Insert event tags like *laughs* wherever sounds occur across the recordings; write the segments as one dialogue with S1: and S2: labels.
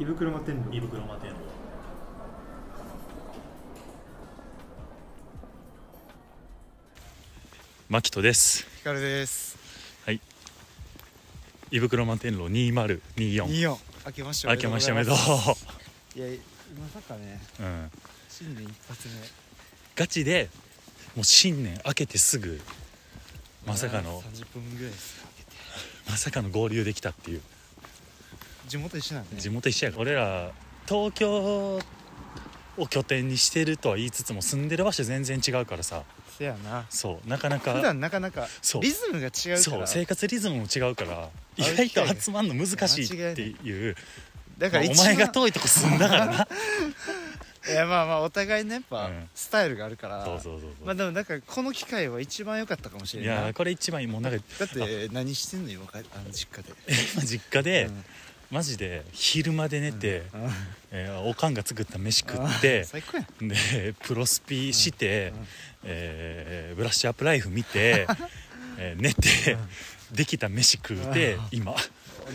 S1: 胃袋摩天
S2: 胃
S1: 楼
S2: 袋摩天楼牧人です
S3: ヒカルです。
S2: 胃袋摩天楼2024
S3: 二四。明けまして
S2: 明けましておめでと
S3: うございま
S2: う
S3: す。いやまさかね
S2: うん、
S3: 新年一発目。
S2: ガチでもう新年明けてすぐまさかの
S3: 三十分ぐらいですよ。明けて
S2: まさかの合流できたっていう
S3: 地元一緒なんで、ね。
S2: 地元一緒やから俺ら東京を拠点にしてるとは言いつつも住んでる場所全然違うからさ
S3: せやな。
S2: そうなかな
S3: 普
S2: か
S3: 段なかなか
S2: そう
S3: リズムが違うから。
S2: そう生活リズムも違うから意
S3: 会う
S2: 外
S3: 機会
S2: と集まんの難しい
S3: いや
S2: って
S3: 間違
S2: いう
S3: だ
S2: ま
S3: か
S2: あ
S3: ら
S2: お
S3: 一番
S2: 前が遠いとこ住んだから
S3: *laughs*
S2: な
S3: いやまあまあお互いねやっぱ、
S2: うん
S3: スタイルがあるから。
S2: そうそうそうそう、
S3: まあでもなんかこの機会は一番良かったかもしれ
S2: い
S3: ない。
S2: やこれ一番いいもうなんか
S3: だって何してんの今かあの実家で。
S2: *laughs* 今実家で、
S3: うん
S2: マジで昼まで寝て、
S3: うん
S2: えーおかんが作った飯食って
S3: 最高やん。
S2: でプロスピして、
S3: うん
S2: えーブラッシュアップライフ見て、えー寝て、できた飯食うて、今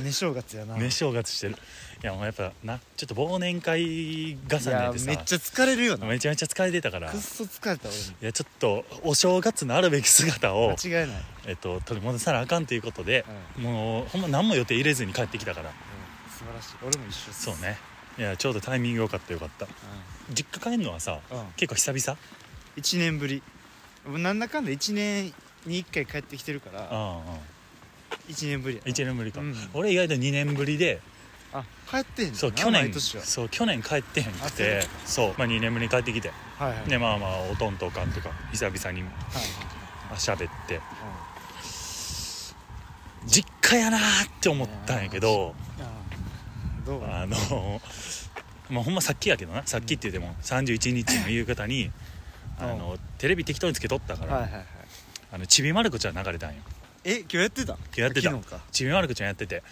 S3: 寝正月やな。
S2: ね正月してるいやもうやっぱなちょっと忘年会重ねて
S3: いや
S2: さ
S3: めっちゃ疲れるよな。
S2: めちゃめちゃ疲れてたから
S3: くっそ疲れた俺も。
S2: いやちょっとお正月のあるべき姿を、
S3: 間違いない、
S2: えっと、取り戻さなあかんということで、もうほんま何も予定入れずに帰ってきたから
S3: 素晴らしい俺も一緒っす
S2: そうねいやちょうどタイミング良かったよかった実家帰んのはさ
S3: うん、うん、
S2: 結構久
S3: 1年ぶりなんだかんだ1年に1回帰ってきてるから
S2: 々うんうん
S3: 1年ぶりやな
S2: 1年ぶりか、
S3: うん
S2: 俺意外と2年ぶりで
S3: あ帰ってんねんな
S2: そう去年
S3: 毎年は
S2: そう去年帰ってへんく
S3: あ
S2: て
S3: そ
S2: そう、まあ、2年ぶりに帰ってきて、
S3: はいはい、
S2: でまあまあおとんとおかんとか久々に
S3: はいは
S2: あ喋って
S3: いは
S2: 実家やなーって思ったんやけど
S3: いうんあーどう
S2: あのまあほんまさっきやけどなさっきって言うても31日の夕方にあのテレビ適当につけとったか
S3: はいは
S2: ら
S3: いはい
S2: 「あのちびまる子ちゃん」流れたんよ
S3: え今日やってた今
S2: 日やってた
S3: 昨日か
S2: ちびまる子ちゃんやってて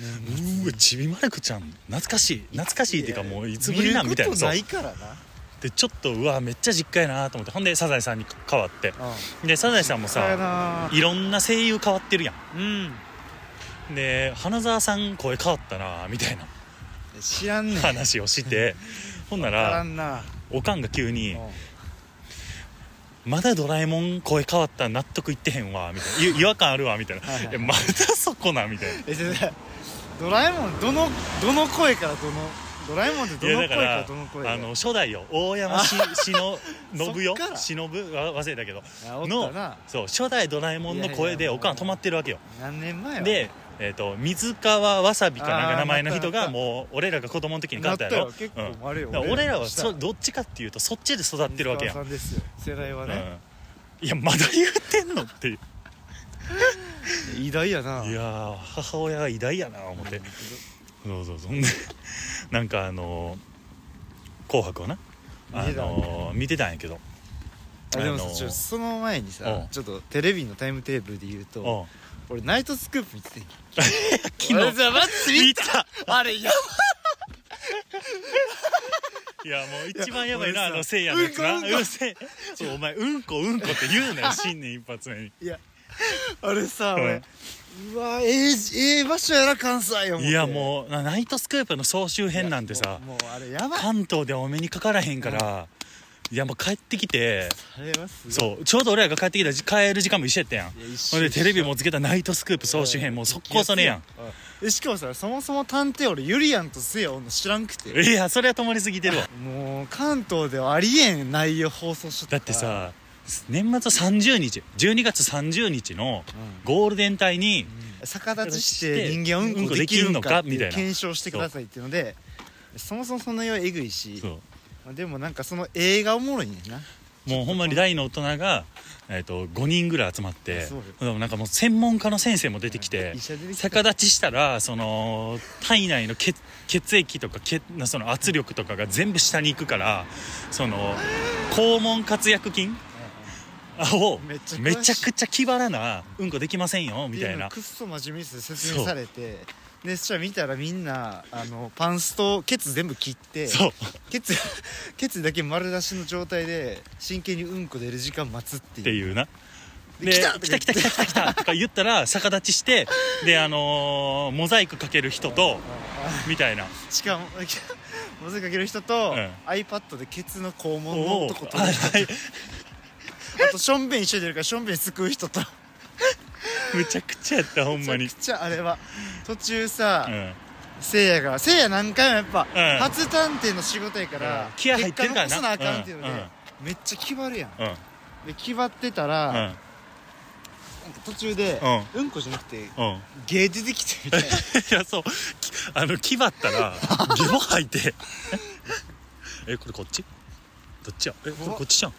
S2: うわちびまる子ちゃん懐かしい懐かしいっていうかもういつぶりなんみたいな
S3: 見ること
S2: そう
S3: ないからな
S2: でちょっとうわめっちゃ実家やなと思ってほんでサザエさんに変わって
S3: う
S2: でサザエさんも
S3: んそうや
S2: さ
S3: ない
S2: ろんな声優変わってるや
S3: うん
S2: んで花澤さん声変わったなみたいな
S3: 知らんねん知
S2: 話を
S3: *laughs*
S2: してほんな
S3: ら
S2: ら
S3: んな
S2: おかんが急に
S3: うん
S2: 「まだドラえもん声変わった納得いってへんわ」みたい
S3: *laughs*
S2: な「い違和感あるわ」みたいな
S3: はいは
S2: 「
S3: い
S2: いやまたそこな」みたいな
S3: えじゃあドラえもんどのどの声からどのドラえもんって
S2: い
S3: どの
S2: やだか
S3: 声から
S2: ら
S3: どの声
S2: あの初代よ大山しのぶ
S3: *laughs*
S2: よ
S3: そっから
S2: 忍わ忘れたけど
S3: あおっ
S2: の
S3: たな
S2: そう初代ドラえもんの声
S3: いやい
S2: で
S3: や
S2: おかん止まってるわけよ
S3: 何年前は
S2: で、えー、と水川わさびかなん
S3: あ
S2: か
S3: ー
S2: 名前の人
S3: なったなっ
S2: が
S3: た
S2: もう俺らが子供の時に
S3: な
S2: 買った
S3: った
S2: やろ
S3: よ結
S2: う
S3: 構
S2: ん
S3: あれよ、
S2: だから俺らはそ
S3: っ
S2: どっちかっていうとそっちで育ってるわけやん、
S3: さんですよ世代はね、
S2: うんいやまだ言うてんのっていう
S3: 偉大やない
S2: やー母親が偉大やな思ってそうそう *laughs* そうほんでなんかあのー「紅白」をなあ
S3: 見てた
S2: のー見てたんやけど
S3: あでも
S2: あの
S3: さちょその前に
S2: う
S3: さ
S2: ん
S3: ちょっとテレビのタイムテーブルで言うと
S2: うん
S3: 俺ナイトスクープ見てて
S2: *laughs* 昨
S3: あれ
S2: 日
S3: さマジで
S2: 見た
S3: あれや
S2: いやもう一番やばいな
S3: 俺
S2: あ
S3: さ
S2: のせいやのやつな
S3: うんこうんこ
S2: うせそうお前うんこうんこって言うな
S3: *laughs*
S2: よ新年一発目に
S3: いやあれさ
S2: うん
S3: 俺、うわええええ場所やな関西思って
S2: いやもうなナイトスクープの総集編なんてさ
S3: もうもうあれやばい
S2: 関東ではお目にかからへんからいやもう帰ってきて
S3: あれはすごい
S2: そうちょうど俺らが帰ってきた時帰る時間も一緒やったやん
S3: いや一
S2: ほ
S3: 緒
S2: んでテレビ
S3: も
S2: もつけたナイトスクープ総集編もう速攻それやん
S3: えしかもさそもそも探偵俺ゆりやんとせいやおんの知らんくて
S2: いやそれは止まりすぎてるわ
S3: もう関東ではありえん内容放送しと
S2: だ
S3: っ
S2: った
S3: か
S2: て
S3: ら
S2: さ年末30日12月30日のゴールデン帯に
S3: 逆立ちして人間はうんこできるのかっていう検証してくださいっていうのでそもそもそのよえぐいし
S2: そう
S3: まあでもなんかその映画おもろいねんな
S2: もうほんまに大の大人が、えー、と5人ぐらい集まって
S3: そうよ
S2: でもなんかもう専門家の先生も出てきて
S3: 医者出てきた
S2: 逆立ちしたらその体内の血血液とか血その圧力とかが全部下に行くからその肛門括約筋を
S3: めっちゃ詳しい
S2: めちゃくちゃ気張らなうんこできませんよみたい
S3: で
S2: な
S3: くっそ真面目に説明されてでそしたら見たらみんなあのパンストケツ全部切って
S2: そう
S3: ケ *laughs* ツケツだけ丸出しの状態で真剣にうんこ出る時間待つっていう
S2: っていうなで
S3: 来た
S2: 来た来た来た来た来たとか言ったら逆立ちしてであのーモザイクかける人とみたいな
S3: しかも *laughs* モザイクかける人と、
S2: うん
S3: iPad でケツの肛門の
S2: お
S3: と
S2: ー
S3: こと
S2: はい
S3: *laughs* あ
S2: はい
S3: とションベン一緒に出るからションベンすく
S2: *laughs*
S3: う人と
S2: むちゃくちゃやったほんまに
S3: めちゃくちゃあれは途中さ、
S2: うん
S3: せいやがせいや何回もやっぱ、
S2: うん
S3: 初探偵の仕事やから、
S2: うん気合入ってるからな
S3: 結果残さなあかんっていうので、
S2: うんうん
S3: めっちゃ気張るやん
S2: うん
S3: で気張ってたら、
S2: うん
S3: なんか途中で、うん、こじゃなくて
S2: うん
S3: 芸出てきて
S2: *laughs*
S3: みたいな
S2: いやそうきあの牙ったらゲボ吐いてえこれこっちどっちやえこれこっちじゃん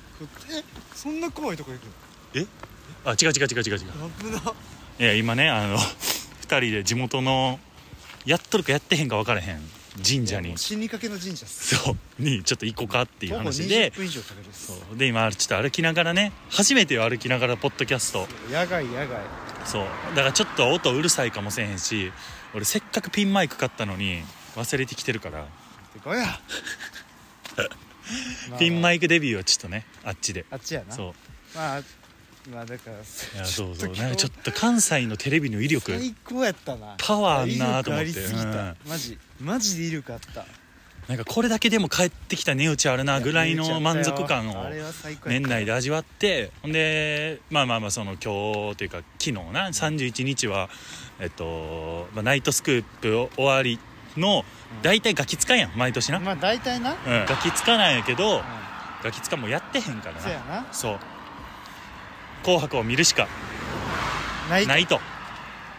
S3: えそんな怖いとこ行く
S2: あ違う違う違う違う違う
S3: の危ない
S2: や今ねあの二人で地元のやっとるかやってへんか分からへん神社
S3: も
S2: に
S3: う死にかけの神社っす
S2: そうにちょっと行こうかっていう
S3: 徒歩
S2: 話で
S3: 20分以上かかるっす
S2: そうで今ちょっと歩きながらね初めてよ歩きながらポッドキャスト
S3: 野外野外
S2: そうだからちょっと音うるさいかもせえへんし俺せっかくピンマイク買ったのに忘れてきてるから
S3: でこやま
S2: *laughs*
S3: あ
S2: ピンマイクデビューはちょっとねあっちで
S3: あっちやな
S2: そう
S3: まあまあだから
S2: いやそうそう
S3: 今
S2: なん
S3: 日
S2: かちょっと関西のテレビの威力
S3: 最高やったな
S2: パワーあんなと思って
S3: 威力ありすぎ
S2: う
S3: た、
S2: ん
S3: マジマジで威力あった
S2: なんかこれだけでも帰ってきた値打ちあるなぐらいの満足感
S3: あ
S2: を
S3: れは最高やっ
S2: 年
S3: た
S2: 内で味わってほんでまあまあまあその今日というか昨日な31日はえっと、まあ、ナイトスクープ終わりの大体ガキ使やん毎年な、うん、
S3: まあ大体な、うん、
S2: ガキ使なんやけどガキ使もうやってへんから
S3: そうや
S2: な
S3: な
S2: そう「紅白」を見るしか
S3: ない
S2: ないと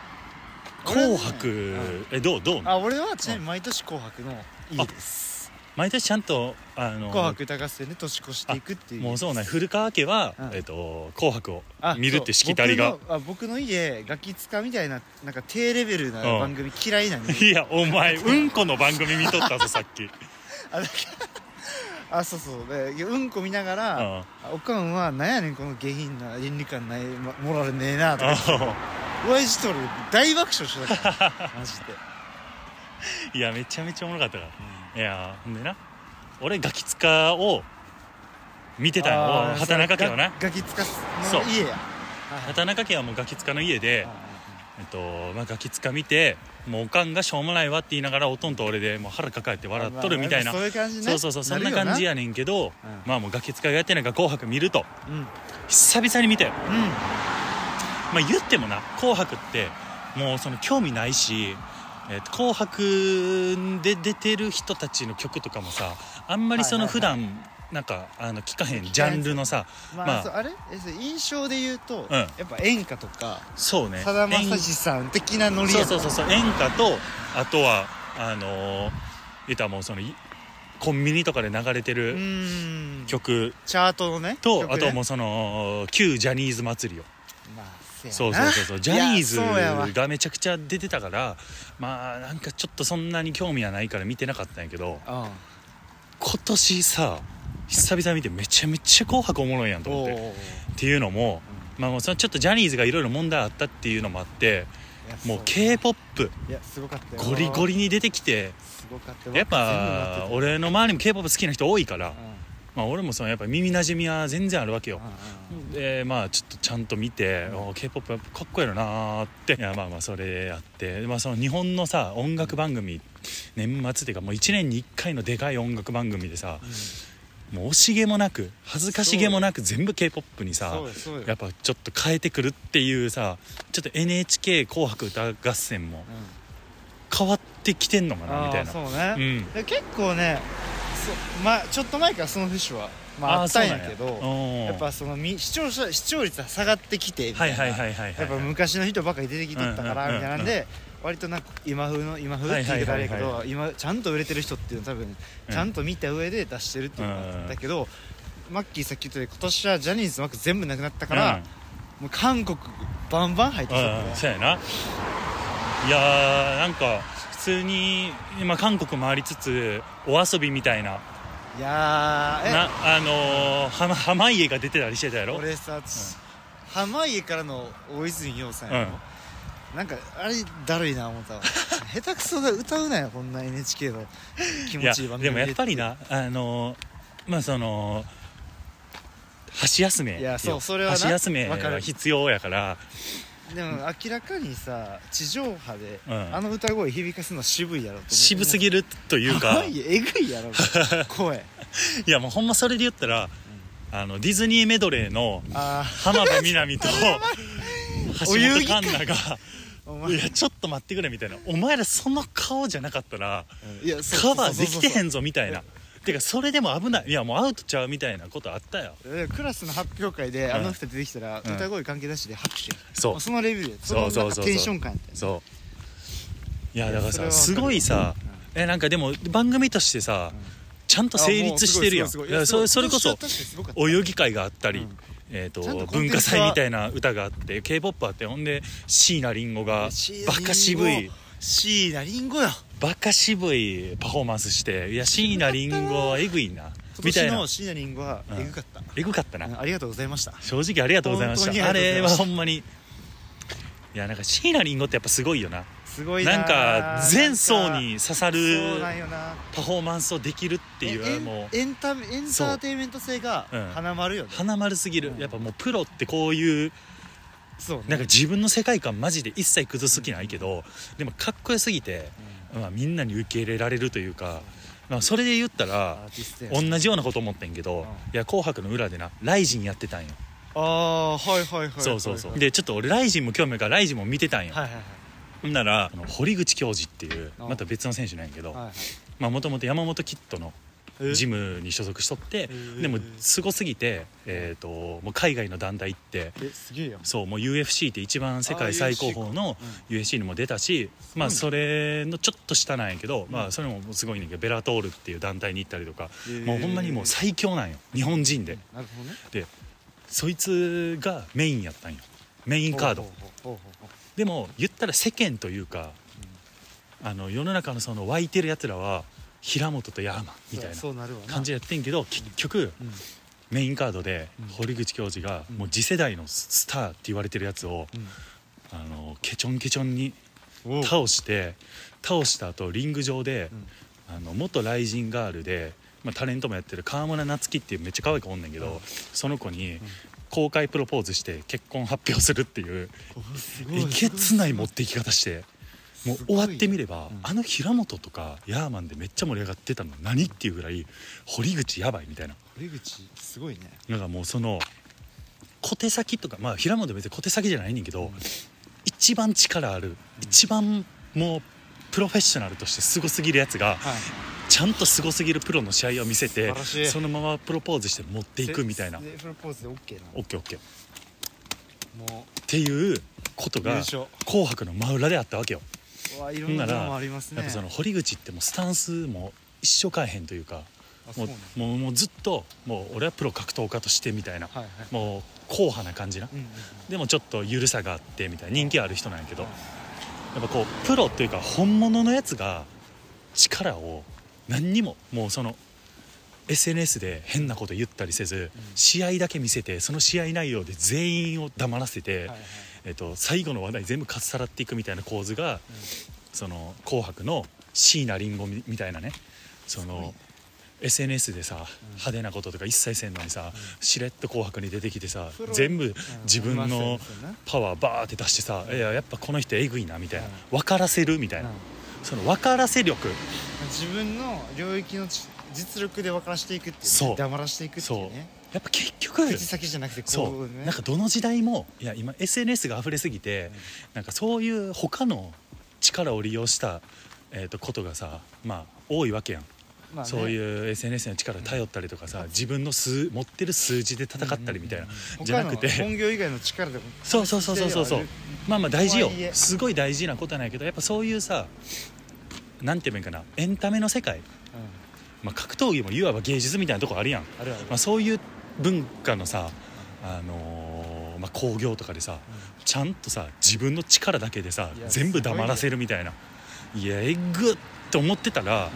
S2: 「
S3: 俺はね
S2: 紅白」えどうどう
S3: あ俺はちなみに毎年「紅白」のいいです
S2: 毎年ちゃんとあ
S3: 「
S2: の
S3: 紅白歌合戦」で年越していくっていう
S2: もうそうなんや古川家は、
S3: うん
S2: えっと紅白を
S3: あ
S2: 見るってしきたりが
S3: そう僕のあ僕の家ガキ使みたいななんか低レベルな
S2: うん
S3: 番組嫌いなのに、
S2: いやお
S3: *laughs*
S2: 前うんこの番組見とったぞさっき、うん、
S3: あそうそうでいやうんこ見ながら、
S2: あ
S3: あおかんは「なんやねんこの下品な倫理観ない、ま、モラルねえな」とか
S2: の
S3: 親父と俺大爆笑してたから
S2: *laughs*
S3: マジで、
S2: いやめちゃめちゃおもろかったからいやほんでな俺ガキツカを見てたよ
S3: あー
S2: 畑中家はな
S3: ガガキ使
S2: そう
S3: の家やはい
S2: 畑中家はもうガキツカの家で
S3: はい
S2: えっとまあガキツカ見てもうおかんがしょうもないわって言いながらおとんと俺でもう腹抱えて笑っとるみたいな、
S3: まあまあそういう感じね
S2: そうそうそうそんな感じやねんけど、
S3: うん
S2: まあもうガキ使いがやってないから「紅白」見ると
S3: うんうん
S2: 久々に見たよまあ言ってもな「紅白」ってもうその興味ないし「えっと紅白」で出てる人たちの曲とかもさあんまりその
S3: はい
S2: 普
S3: はいは
S2: 段なんかあの聞かへんジャンルのさ
S3: まあ、
S2: まあ
S3: そうあれえそう印象で言うと、
S2: うん
S3: やっぱ演歌とか
S2: そうね
S3: さだまさ
S2: 演
S3: しさん的なノリ
S2: そ
S3: や
S2: うそうそうそう演歌とあとはあのー言ったらもうそのいコンビニとかで流れて
S3: う
S2: る
S3: ーん
S2: 曲
S3: チャートのね
S2: と、
S3: 曲ね
S2: あとはもうその旧ジャニーズ祭りを
S3: まあ
S2: そう
S3: や
S2: そう
S3: な
S2: そうそうジャニーズ
S3: いやそうやわ
S2: がめちゃくちゃ出てたからまあなんかちょっとそんなに興味はないから見てなかったんやけど
S3: うん
S2: 今年さ久々見てめちゃめちゃ「紅白」おもろいやんと思って
S3: おー
S2: っ
S3: おー
S2: ていうのも、まあ、もうそのちょっとジャニーズがいろいろ問題あったっていうのもあって
S3: いやそ
S2: もう k p o p
S3: いやすごかったよ
S2: ゴリゴ
S3: リ
S2: リに出てきて
S3: すごかったよ
S2: やっ
S3: 全部
S2: ぱ
S3: 回って
S2: 俺の周りも k p o p 好きな人多いから
S3: た、
S2: まあ、俺もそのやっぱ耳なじみは全然あるわけよ
S3: うんうんうん
S2: でまあちょっとちゃんと見て
S3: うん
S2: k p o p やっぱかっこいいよなーっていやまあまあそれやって、まあ、その日本のさ音楽番組年末っていうかもう1年に1回のでかい音楽番組でさ
S3: うん
S2: もう惜しげもなく恥ずかしげもなく全部 k p o p にさ
S3: そうよそうよ
S2: やっぱちょっと変えてくるっていうさちょっと NHK 紅白歌合戦も
S3: うん
S2: 変わってきてんのかなみたい
S3: あー
S2: な
S3: そうね、
S2: うん
S3: で結構ねそ、まあ、ちょっと前からそのフィッシュは、まあ、あ
S2: ー
S3: ったんやけど
S2: そうなん
S3: や
S2: うん
S3: っぱそのみ視聴者視聴率は下がってきてみ
S2: は
S3: た
S2: い
S3: いな
S2: はいは
S3: や
S2: いはいはい
S3: っぱ昔の人ばかり出てきとったか
S2: う
S3: ら
S2: んうんうんうん
S3: みたいなんで割となんか今風の今風って言うとあれやけ
S2: はいはい
S3: ど今ちゃんと売れてる人っていうのは多分
S2: うん
S3: ちゃんと見た上で出してるっていうのがあったけどマッキーさっき言ったように今年はジャニーズの枠全部なくなったから
S2: うん
S3: もう韓国バンバン入ってきたもん
S2: う
S3: ね
S2: んそうやないやーなんか普通に今韓国回りつつお遊びみたいない
S3: やーえ
S2: なあのー、は濱家が出てたりしてたやろ
S3: 俺さ、濱家からの大泉洋さんやろ、なんかあれだるいな思ったわ下手くそだ歌うなよこんな NHK の気
S2: い
S3: 持
S2: や
S3: ちいい番組
S2: でもやっぱりなあのー、まあその箸休め
S3: いやそうそれはな
S2: 箸休め
S3: わか
S2: は
S3: る
S2: 必要やから
S3: でも明らかにさ地上波で、
S2: うん
S3: あの歌声響かすのは渋いやろと思う
S2: 渋すぎるという
S3: *laughs* や
S2: か
S3: ばいよえぐいや
S2: *laughs*
S3: ろ声
S2: いやもうほんまそれで言ったら、あのディズニーメドレーの
S3: あ
S2: 浜辺美
S3: *laughs*
S2: 波と橋
S3: お遊
S2: 本
S3: 戯
S2: 環
S3: 会
S2: 奈が
S3: あお
S2: 「いやちょっと待ってくれ」みたいな「お前らその顔じゃなかったら
S3: いやそう
S2: カバーできてへ
S3: そ
S2: んぞ」みたいな。てかそれでも危ないいやもうアウトちゃうみたいなことあったよ
S3: うそうそうクラスの発表会であの人出てきたら、
S2: うん
S3: 歌声関係なしで拍手
S2: そう
S3: もそのレベルやそ
S2: そう
S3: の
S2: そうそう
S3: なんか
S2: そう
S3: テンション感やったよね
S2: そういや
S3: い
S2: だ
S3: や
S2: から
S3: それ
S2: さ
S3: はわかる
S2: すごいさえなんかでも番組としてさ
S3: うん
S2: ちゃんと成立してるやん
S3: あもうすごい
S2: いや
S3: すご
S2: そ
S3: いす
S2: そ
S3: ご
S2: れ
S3: い
S2: こそ
S3: 今年は確かにすごかった
S2: 泳ぎ会があったり、
S3: うん
S2: えー、と
S3: ちゃんとコンテンツ
S2: 文化
S3: は
S2: 祭みたいな歌があって k p o p あってほんで椎名林檎がバカ渋い
S3: シーナリンゴや
S2: バカ渋いパフォーマンスしていや椎名林檎はえぐいなみ
S3: 今
S2: たい
S3: 年
S2: な
S3: のシーナリンゴはえぐかった、
S2: えぐかったな、
S3: うんありがとうございました
S2: 正直ありがとうございました
S3: 本当に
S2: あ
S3: ありがと
S2: れ
S3: う
S2: は
S3: ございました
S2: ほんまにいやなんか椎名林檎ってやっぱすごいよな
S3: すごいな
S2: なんか全層に刺さる
S3: そうなんよなっ
S2: パフォーマンスをできるっていうもう
S3: エンタメエンターテインメント性が
S2: そううん
S3: 花丸よね、
S2: 花丸すぎる
S3: うん
S2: やっぱもうプロってこういう
S3: そうね
S2: なんか自分の世界観マジで一切崩す気ないけどでもかっこよすぎて、
S3: うん
S2: まあ、みんなに受け入れられるというか、まあ、それで言った
S3: ア
S2: ら
S3: ーティストや
S2: 同じようなこと思ってんけど、
S3: うん
S2: いや「紅白」の裏でな「ライジン」やってたんよ、
S3: ああーはいはいはいはい
S2: そうそうそう、
S3: はい
S2: でちょっと俺ライジンも興味あるからライジンも見てたんよ、
S3: はいはい
S2: ほんならあの堀口教授っていう
S3: うん
S2: また別の選手なんやけど
S3: はいはい
S2: もともと山本キッドの
S3: え
S2: ジムに所属しとって
S3: ー
S2: でもすごすぎて、えー、ともう海外の団体行って
S3: えすげえやん
S2: そうもう UFC って一番世
S3: あ
S2: 界
S3: ー
S2: 最高峰の UFC にも出たし、まあ、
S3: うん
S2: それのちょっと下なんやけど、ま
S3: う
S2: あ、
S3: ん
S2: それもすごいねんけどベラトールっていう団体に行ったりとか、
S3: へー
S2: もうほんまにもう最強なんよ日本人で、
S3: なるほどね
S2: でそいつがメインやったんよメインカード
S3: ほうほうほうほうほ
S2: でも言ったら世間というか、あの世の中のその湧いてるやつらは平本とヤーマン
S3: う
S2: みたいな
S3: そうそうなるわな
S2: 感じでやってんけど結局
S3: うん
S2: メインカードで
S3: うん
S2: 堀口教授が
S3: うん
S2: もう次世代のスターって言われてるやつをあのケチョンケチョンに
S3: うん
S2: 倒して倒した後リング上で
S3: うん
S2: あの元ライジンガールで、まあ、タレントもやってる川村夏樹っていうめっちゃ可愛い子おんねんけど、
S3: うん
S2: その子に公開プロポーズして結婚発表するっていう
S3: おすご
S2: えげつない持っていき方してもう終わってみれ
S3: ば
S2: ば、
S3: うん
S2: あの平本とかヤーマンでめっちゃ盛り上がってたの何っていうぐらい堀口やばいみたいな
S3: 堀口すごいね
S2: なんかもうその小手先とかまあ平本別に小手先じゃないねんけど、一番力ある、一番もうプロフェッショナルとしてすごすぎるやつが
S3: はい
S2: ちゃんとすごすぎるプロの試合を見せて
S3: 素晴らしい
S2: そのままプロポーズして持っていくみたいな
S3: でプロポーズで OK な
S2: オッケーオッケーっ
S3: も
S2: ていうこと
S3: 優
S2: が
S3: 勝
S2: 「紅白」の真裏であったわけよ。
S3: ううわいろ
S2: ほん
S3: ん
S2: な
S3: なド
S2: ら
S3: ラマあります
S2: や
S3: ね
S2: っぱその堀口ってもうスタンスも一生変えへんというか
S3: あそ
S2: も
S3: う
S2: う
S3: なんだ
S2: もうもうずっともう俺はプロ格闘家としてみたいな、
S3: はいはい
S2: もう硬派な感じな、
S3: うんうんうん
S2: でもちょっと緩さがあってみたいな人気ある人なんやけど、やっぱこうプロというか本物のやつが力を何にももうその SNS で変なこと言ったりせず、
S3: うん
S2: 試合だけ見せてその試合内容で全員を黙らせて、
S3: はいはい
S2: えっと、最後の話題全部かっさらっていくみたいな構図が
S3: うん
S2: その「紅白」の椎名林檎みみたいなねそ
S3: ごい
S2: の
S3: ね
S2: SNS でさ派手なこととか一切せんのにさ、しれっと「紅白」に出てきてさ
S3: プロ
S2: 全部
S3: うん
S2: 自分の
S3: うまそうですよね
S2: パワーバーって出してさ「いややっぱこの人えぐいな」みたいな
S3: うん
S2: 分からせるみたいな
S3: う
S2: その分からせ力
S3: ん自分の領域のち実力で分からしていくっていう,、
S2: そう
S3: 黙らしていくってい
S2: そうう
S3: ね
S2: やっぱ結局
S3: 口先じゃなくてこう
S2: そう
S3: ね
S2: なんかどの時代もいや今 SNS が溢れすぎて
S3: うん
S2: なんかそういう他の力を利用したえーとことがさまあ多いわけやん。
S3: まあね
S2: そういう SNS の力頼ったりとかさ、自分の数持ってる数字で戦ったりみたいな、
S3: うんうんうん
S2: じゃなく
S3: 他の
S2: て
S3: 本業以外の力でも
S2: そうそうそうそうそうそう
S3: うん
S2: まあまあ大事よ
S3: とはいえ
S2: すごい大事なことなんやけどやっぱそういうさなんて言えばいいんかなエンタメの世界、まあ、格闘技もいわば芸術みたいなとこあるやん、
S3: あるある、
S2: まあ、そういう文化のさ、あのーまあ、興行とかでさ
S3: う
S2: ちゃんとさ自分の力だけでさ
S3: いや
S2: 全部黙らせるみたいないやえぐっと思ってたら、
S3: んうん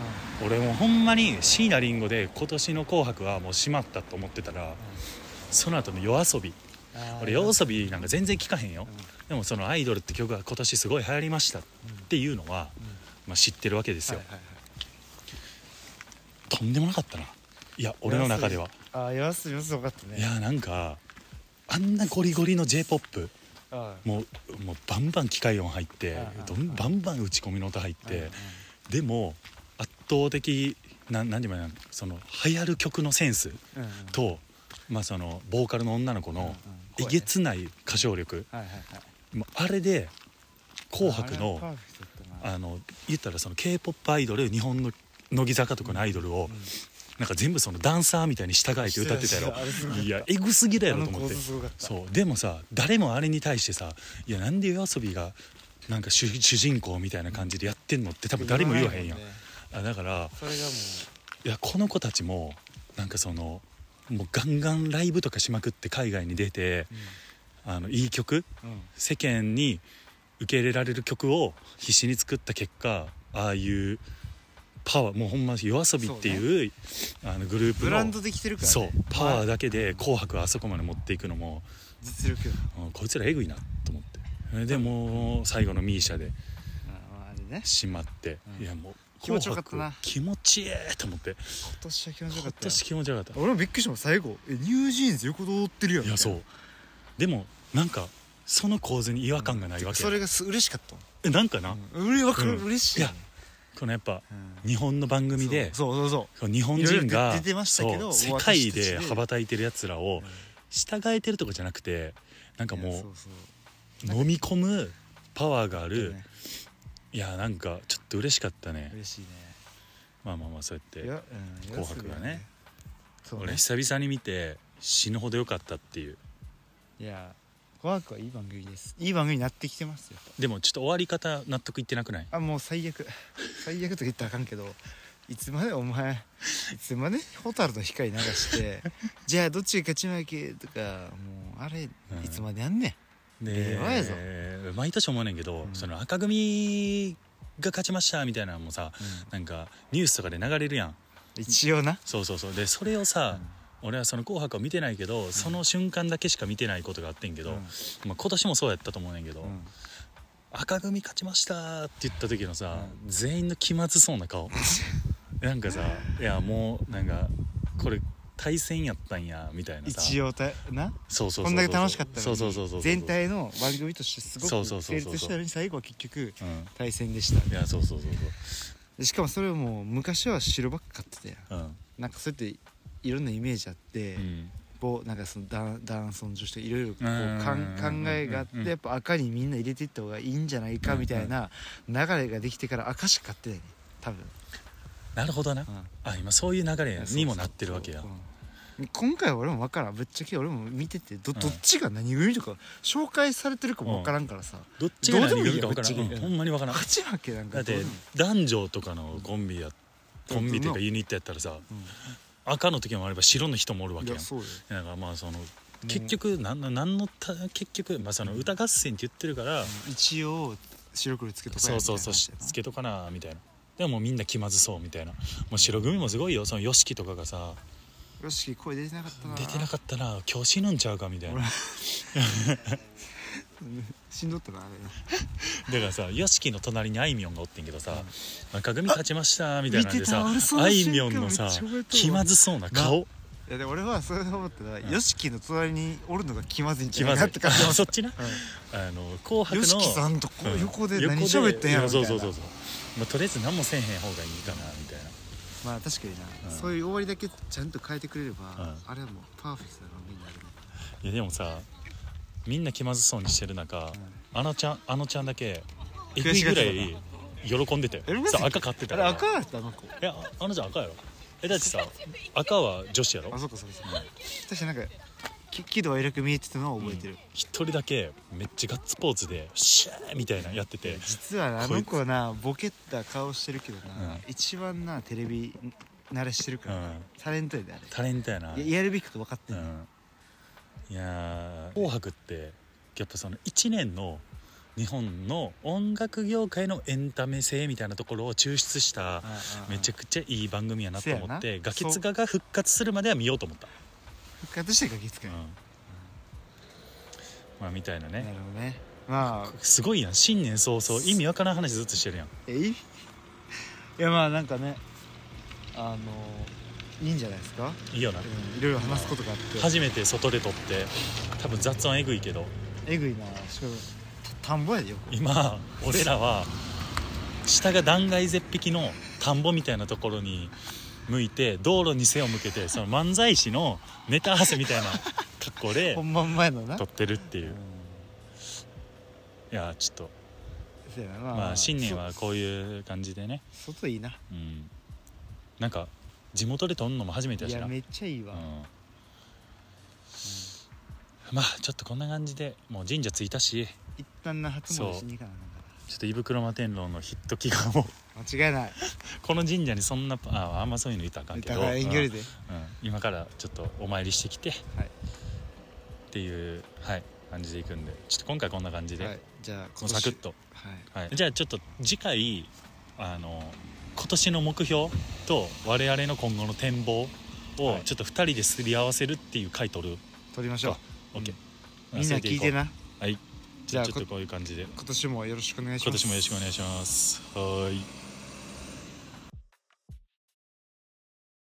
S2: 俺もうほんまに椎名林檎で今年の「紅白」はもう閉まったと思ってたらその後の夜遊び
S3: あー
S2: 俺夜遊びなんか全然聞かへんよ
S3: うん
S2: でもその「アイドル」って曲が今年すごい流行りましたっていうのは、
S3: うん
S2: まあ、知ってるわけですよ
S3: はいはいはい
S2: とんでもなかったないや俺の中では
S3: ああやすいやすよかったね
S2: いやなんかあんなゴリゴリの j p o p
S3: ああ
S2: もうもうバンバン機械音入って
S3: はいはい
S2: どんバンバン打ち込みの音入って、
S3: うんうん
S2: でも圧倒的な何て言うのかなその流行る曲のセンス
S3: うんうん
S2: と、まあ、そのボーカルの女の子
S3: うんうん
S2: のえ
S3: 声ね
S2: げつない歌唱力、
S3: はいはいはい
S2: もうあれで「紅白の」
S3: あれはパーフェクトだったな
S2: あの言ったらその k p o p アイドル日本の乃木坂とかのアイドルを、
S3: うん
S2: なんか全部そのダンサーみたいに従えて歌ってたや
S3: してたしてたあれすご
S2: ろ
S3: かった
S2: いやエグすぎだやろと思っ
S3: あの構
S2: て
S3: 図すごかった
S2: そうでもさ誰もあれに対してさ「いやなんで夜遊びがなんか主主人公みたいな感じでやってんの?」って多分誰も言わへんやん、
S3: ね
S2: あだから
S3: それがもう
S2: いやこの子たちもなんかそのもうガンガンライブとかしまくって海外に出てあのいい曲
S3: うんうん
S2: 世間に受け入れられる曲を必死に作った結果ああいうパワーもうほんま夜遊びっていうあのグループ
S3: ブ
S2: の
S3: ランドできてるからね
S2: そうパワーだけで「紅白」あそこまで持っていくのも、
S3: 実力よ
S2: うんこいつらえぐいなと思ってえでもう最後のミーシャで
S3: ああれね
S2: しまって、
S3: うん
S2: いやもう
S3: 気持ちよかったな
S2: 紅白気持ちええと思って
S3: 今年は気持ちよか
S2: 今
S3: ったよ
S2: 年気持ちよかった
S3: 俺もびっくりしたもん最後えニュージーンズ横通ってるやん
S2: いやそうでもなんかその構図に違和感がないわけ
S3: それがす嬉しかったもん
S2: えなんかな、
S3: うん俺わかる
S2: うん
S3: 嬉しい
S2: いやこのやっぱ
S3: うん
S2: 日本の番組で
S3: そうそうそう
S2: 日本人
S3: いろいろ
S2: が
S3: 出てましたけど
S2: そう世
S3: 私た
S2: 界
S3: ちで
S2: で羽ばたいてるやつらを
S3: うん
S2: 従えてるとかじゃなくてなんか
S3: いやそ
S2: も
S3: うそう
S2: う飲み込むパワーがある
S3: ね
S2: いやなんかちょっと嬉しかったね
S3: 嬉しいね
S2: まあまあまあそうや
S3: い
S2: って
S3: やうん
S2: 紅白がね
S3: やすやそう
S2: 俺
S3: ね
S2: 久々に見て死ぬほど良かったっていう
S3: いや紅白はいい番組ですいい番組になってきてますよ
S2: でもちょっと終わり方納得いってなくない
S3: あもう最悪最悪とか言ったらあかんけどいつまでお前いつまで蛍の光流して
S2: *laughs*
S3: じゃあどっちが勝ち負けとかもうあれい
S2: うん
S3: つまでやんねん、
S2: で
S3: やばいぞ
S2: 毎年思うねんけど
S3: うん
S2: その赤組が勝ちましたみたいなのもさなんかニュースとかで流れるやん
S3: 一応な、
S2: そうそうそうでそれをさ、俺はその「紅白」を見てないけど、その瞬間だけしか見てないことがあってんけど、
S3: うん
S2: まあ、今年もそうやったと思うねんけど、
S3: うん
S2: 赤組勝ちましたって言った時のさ、
S3: う
S2: 全員の気まずそうな
S3: *laughs*
S2: 顔なんかさいやもうなんかこれ対戦やったんやみたいなさ
S3: 一応たな
S2: そうそうそうそう
S3: こんだけ楽しかったの
S2: そう
S3: に
S2: そうそうそう
S3: 全、体の番組としてすご
S2: そうそう
S3: く
S2: そう
S3: 成
S2: そう
S3: 立したのに最後は結局
S2: うん、
S3: 対戦でした
S2: いやそうそうそう
S3: でしかもそれはもう昔は白ばっか買ってたやん
S2: そううん、
S3: なんかそうやっていろんなイメージあって、
S2: うん、
S3: こうなんかその男男尊女子といろいろこう
S2: うん
S3: かん考えがあっ
S2: うん
S3: てやっぱ赤にみんな入れていった方がいいんじゃないかみたいな流れができてから赤しか買ってないね多分、
S2: なるほどな、
S3: うん
S2: あ今そういう流れにもなってるわけや
S3: そうそううん今回は俺も分からんぶっちゃけ俺も見ててどどっちが何組とか紹介されてるかも分からんからさ、
S2: どっちが
S3: どう
S2: 何が
S3: でもいい
S2: いい
S3: よ
S2: か分からん
S3: ぶっちゃけ
S2: うんほんまに分からん
S3: 勝ち負けなん
S2: だ
S3: か
S2: っ
S3: どう
S2: て
S3: でも
S2: 男女とかのコンビやコンビというかユニットやったらさ赤の時もあれば白の人もおるわ
S3: いい
S2: け
S3: い
S2: や
S3: や
S2: ん
S3: そうよ
S2: だからまあその結局なんのなんのた結局まあその歌合戦って言ってるから
S3: 一応白黒つけとか
S2: そうそうそうしつけとかなみたいなでももうみんな気まずそうみたいなもう白組もすごいよその YOSHIKI とかがさ
S3: よし声出てなかったな
S2: 出てなかったら今日死ぬんちゃうかみたいなだ
S3: しんどったなあれ
S2: からさ YOSHIKI の隣にあいみょんがおってんけどさ「赤組勝ちました」みたいなんでさ
S3: 見てた俺そ
S2: あ
S3: の
S2: い
S3: 瞬間
S2: みょんのさ
S3: めっちゃ覚えてるわ
S2: 気まずそうな顔
S3: いやでも俺はそれを思ったら、よしきの隣におるのが気まずいん
S2: 気
S3: じゃな
S2: まず
S3: いかっ
S2: い
S3: て感じ
S2: あそっちなあの紅 *laughs* 白
S3: よ
S2: の
S3: しきさんとこ
S2: うん
S3: 横で
S2: 横
S3: 何喋ってんやろみ
S2: そ
S3: たい
S2: う
S3: な
S2: そうそうそう、まあ、とりあえず何もせえへん方がいいかなみたいな
S3: まあ確かにな、
S2: うん
S3: そういう終わりだけちゃんと変えてくれれば、
S2: ん
S3: あれはもうパーフェクトな番組になるね
S2: いやでもさみんな気まずそうにしてる中、あのちゃんあのちゃんだけえぐ
S3: 悔
S2: い
S3: しがっ
S2: ぐら
S3: てたない
S2: 喜んでたよ
S3: えマジ
S2: さ赤買ってた
S3: あ
S2: か
S3: れ
S2: ら
S3: 赤だったあの子
S2: えああのちゃん赤やろえだってさ赤は女子やろ
S3: あそうかそうかそうか確かになんかき喜怒哀楽見えてたのは覚えてる、
S2: 一人だけめっちゃガッツポーズでシャーみたいなのやってて
S3: 実はなあ
S2: こい
S3: の
S2: つ
S3: 子なボケった顔してるけどな、
S2: うん
S3: 一番なテレビ慣れしてるからな、
S2: うん
S3: タレントやであ
S2: タレントやな
S3: れいややるべきこと分かって
S2: うん
S3: の、
S2: んいやー紅白ってやっぱその1年の日本の音楽業界のエンタメ性みたいなところを抽出した
S3: うんうんうん
S2: めちゃくちゃいい番組やなと思っ
S3: せや
S2: て
S3: な
S2: ガキツガが復活するまでは見ようと思った、
S3: 復活してるから気
S2: う
S3: 遣
S2: ん
S3: い、
S2: まあみたいな
S3: な
S2: ね
S3: るほどねまあ
S2: すごいやん新年早々意味わからん話ず
S3: *laughs*
S2: っとしてるやん
S3: えいいやまあなんかねあのいいんじゃないですか、
S2: いいよな
S3: うん、いろいろ話すことがあって
S2: 初めて外で撮って多分雑音えぐいけど
S3: えぐいなしかも田んぼやでよ
S2: 今俺らは下が断崖絶壁の田んぼみたいなところに向いて道路に背を向けてその漫才師のネタ合わせみたいな *laughs* 格好で
S3: 本番前のな
S2: 撮ってるっていううんいやちょっと
S3: そうやな
S2: まあ新年はこう
S3: う
S2: いう感じでね
S3: 外いいな
S2: うんなんか地元で撮んのも初めてだ
S3: い
S2: し
S3: や
S2: な
S3: めっちゃいいわ、
S2: うんまあちょっとこんな感じでもう神社着いたし
S3: 一旦な初詣しに行かなあ
S2: ちょっと胃袋摩天楼のヒット祈願を
S3: かんから間違いない
S2: この神社にそんなああんまそういうの言ったらあかんけど
S3: だから遠距離で
S2: うんうん今からちょっとお参りしてきて、
S3: はい
S2: っていう、はい、感じでいくんでちょっと今回こんな感じで、
S3: はいじゃあ
S2: も
S3: 今
S2: う
S3: 年
S2: サクッと、
S3: はい
S2: はい、じゃあちょっと次回あの今年の目標と我々の今後の展望
S3: は
S2: を
S3: い
S2: ちょっと2人ですり合わせるっていう回取る、
S3: 撮りましょ
S2: オ
S3: う
S2: ッケー
S3: みんな聞いてな
S2: はい
S3: じゃあ
S2: ちょっ
S3: こと
S2: こういう感じで
S3: 今年もよろしくお願いし
S2: 今
S3: ます
S2: 年もよろしくお願いしますはーい